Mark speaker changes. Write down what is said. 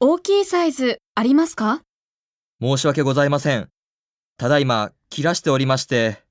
Speaker 1: 大きいサイズありますか
Speaker 2: 申し訳ございません。ただいま、切らしておりまして。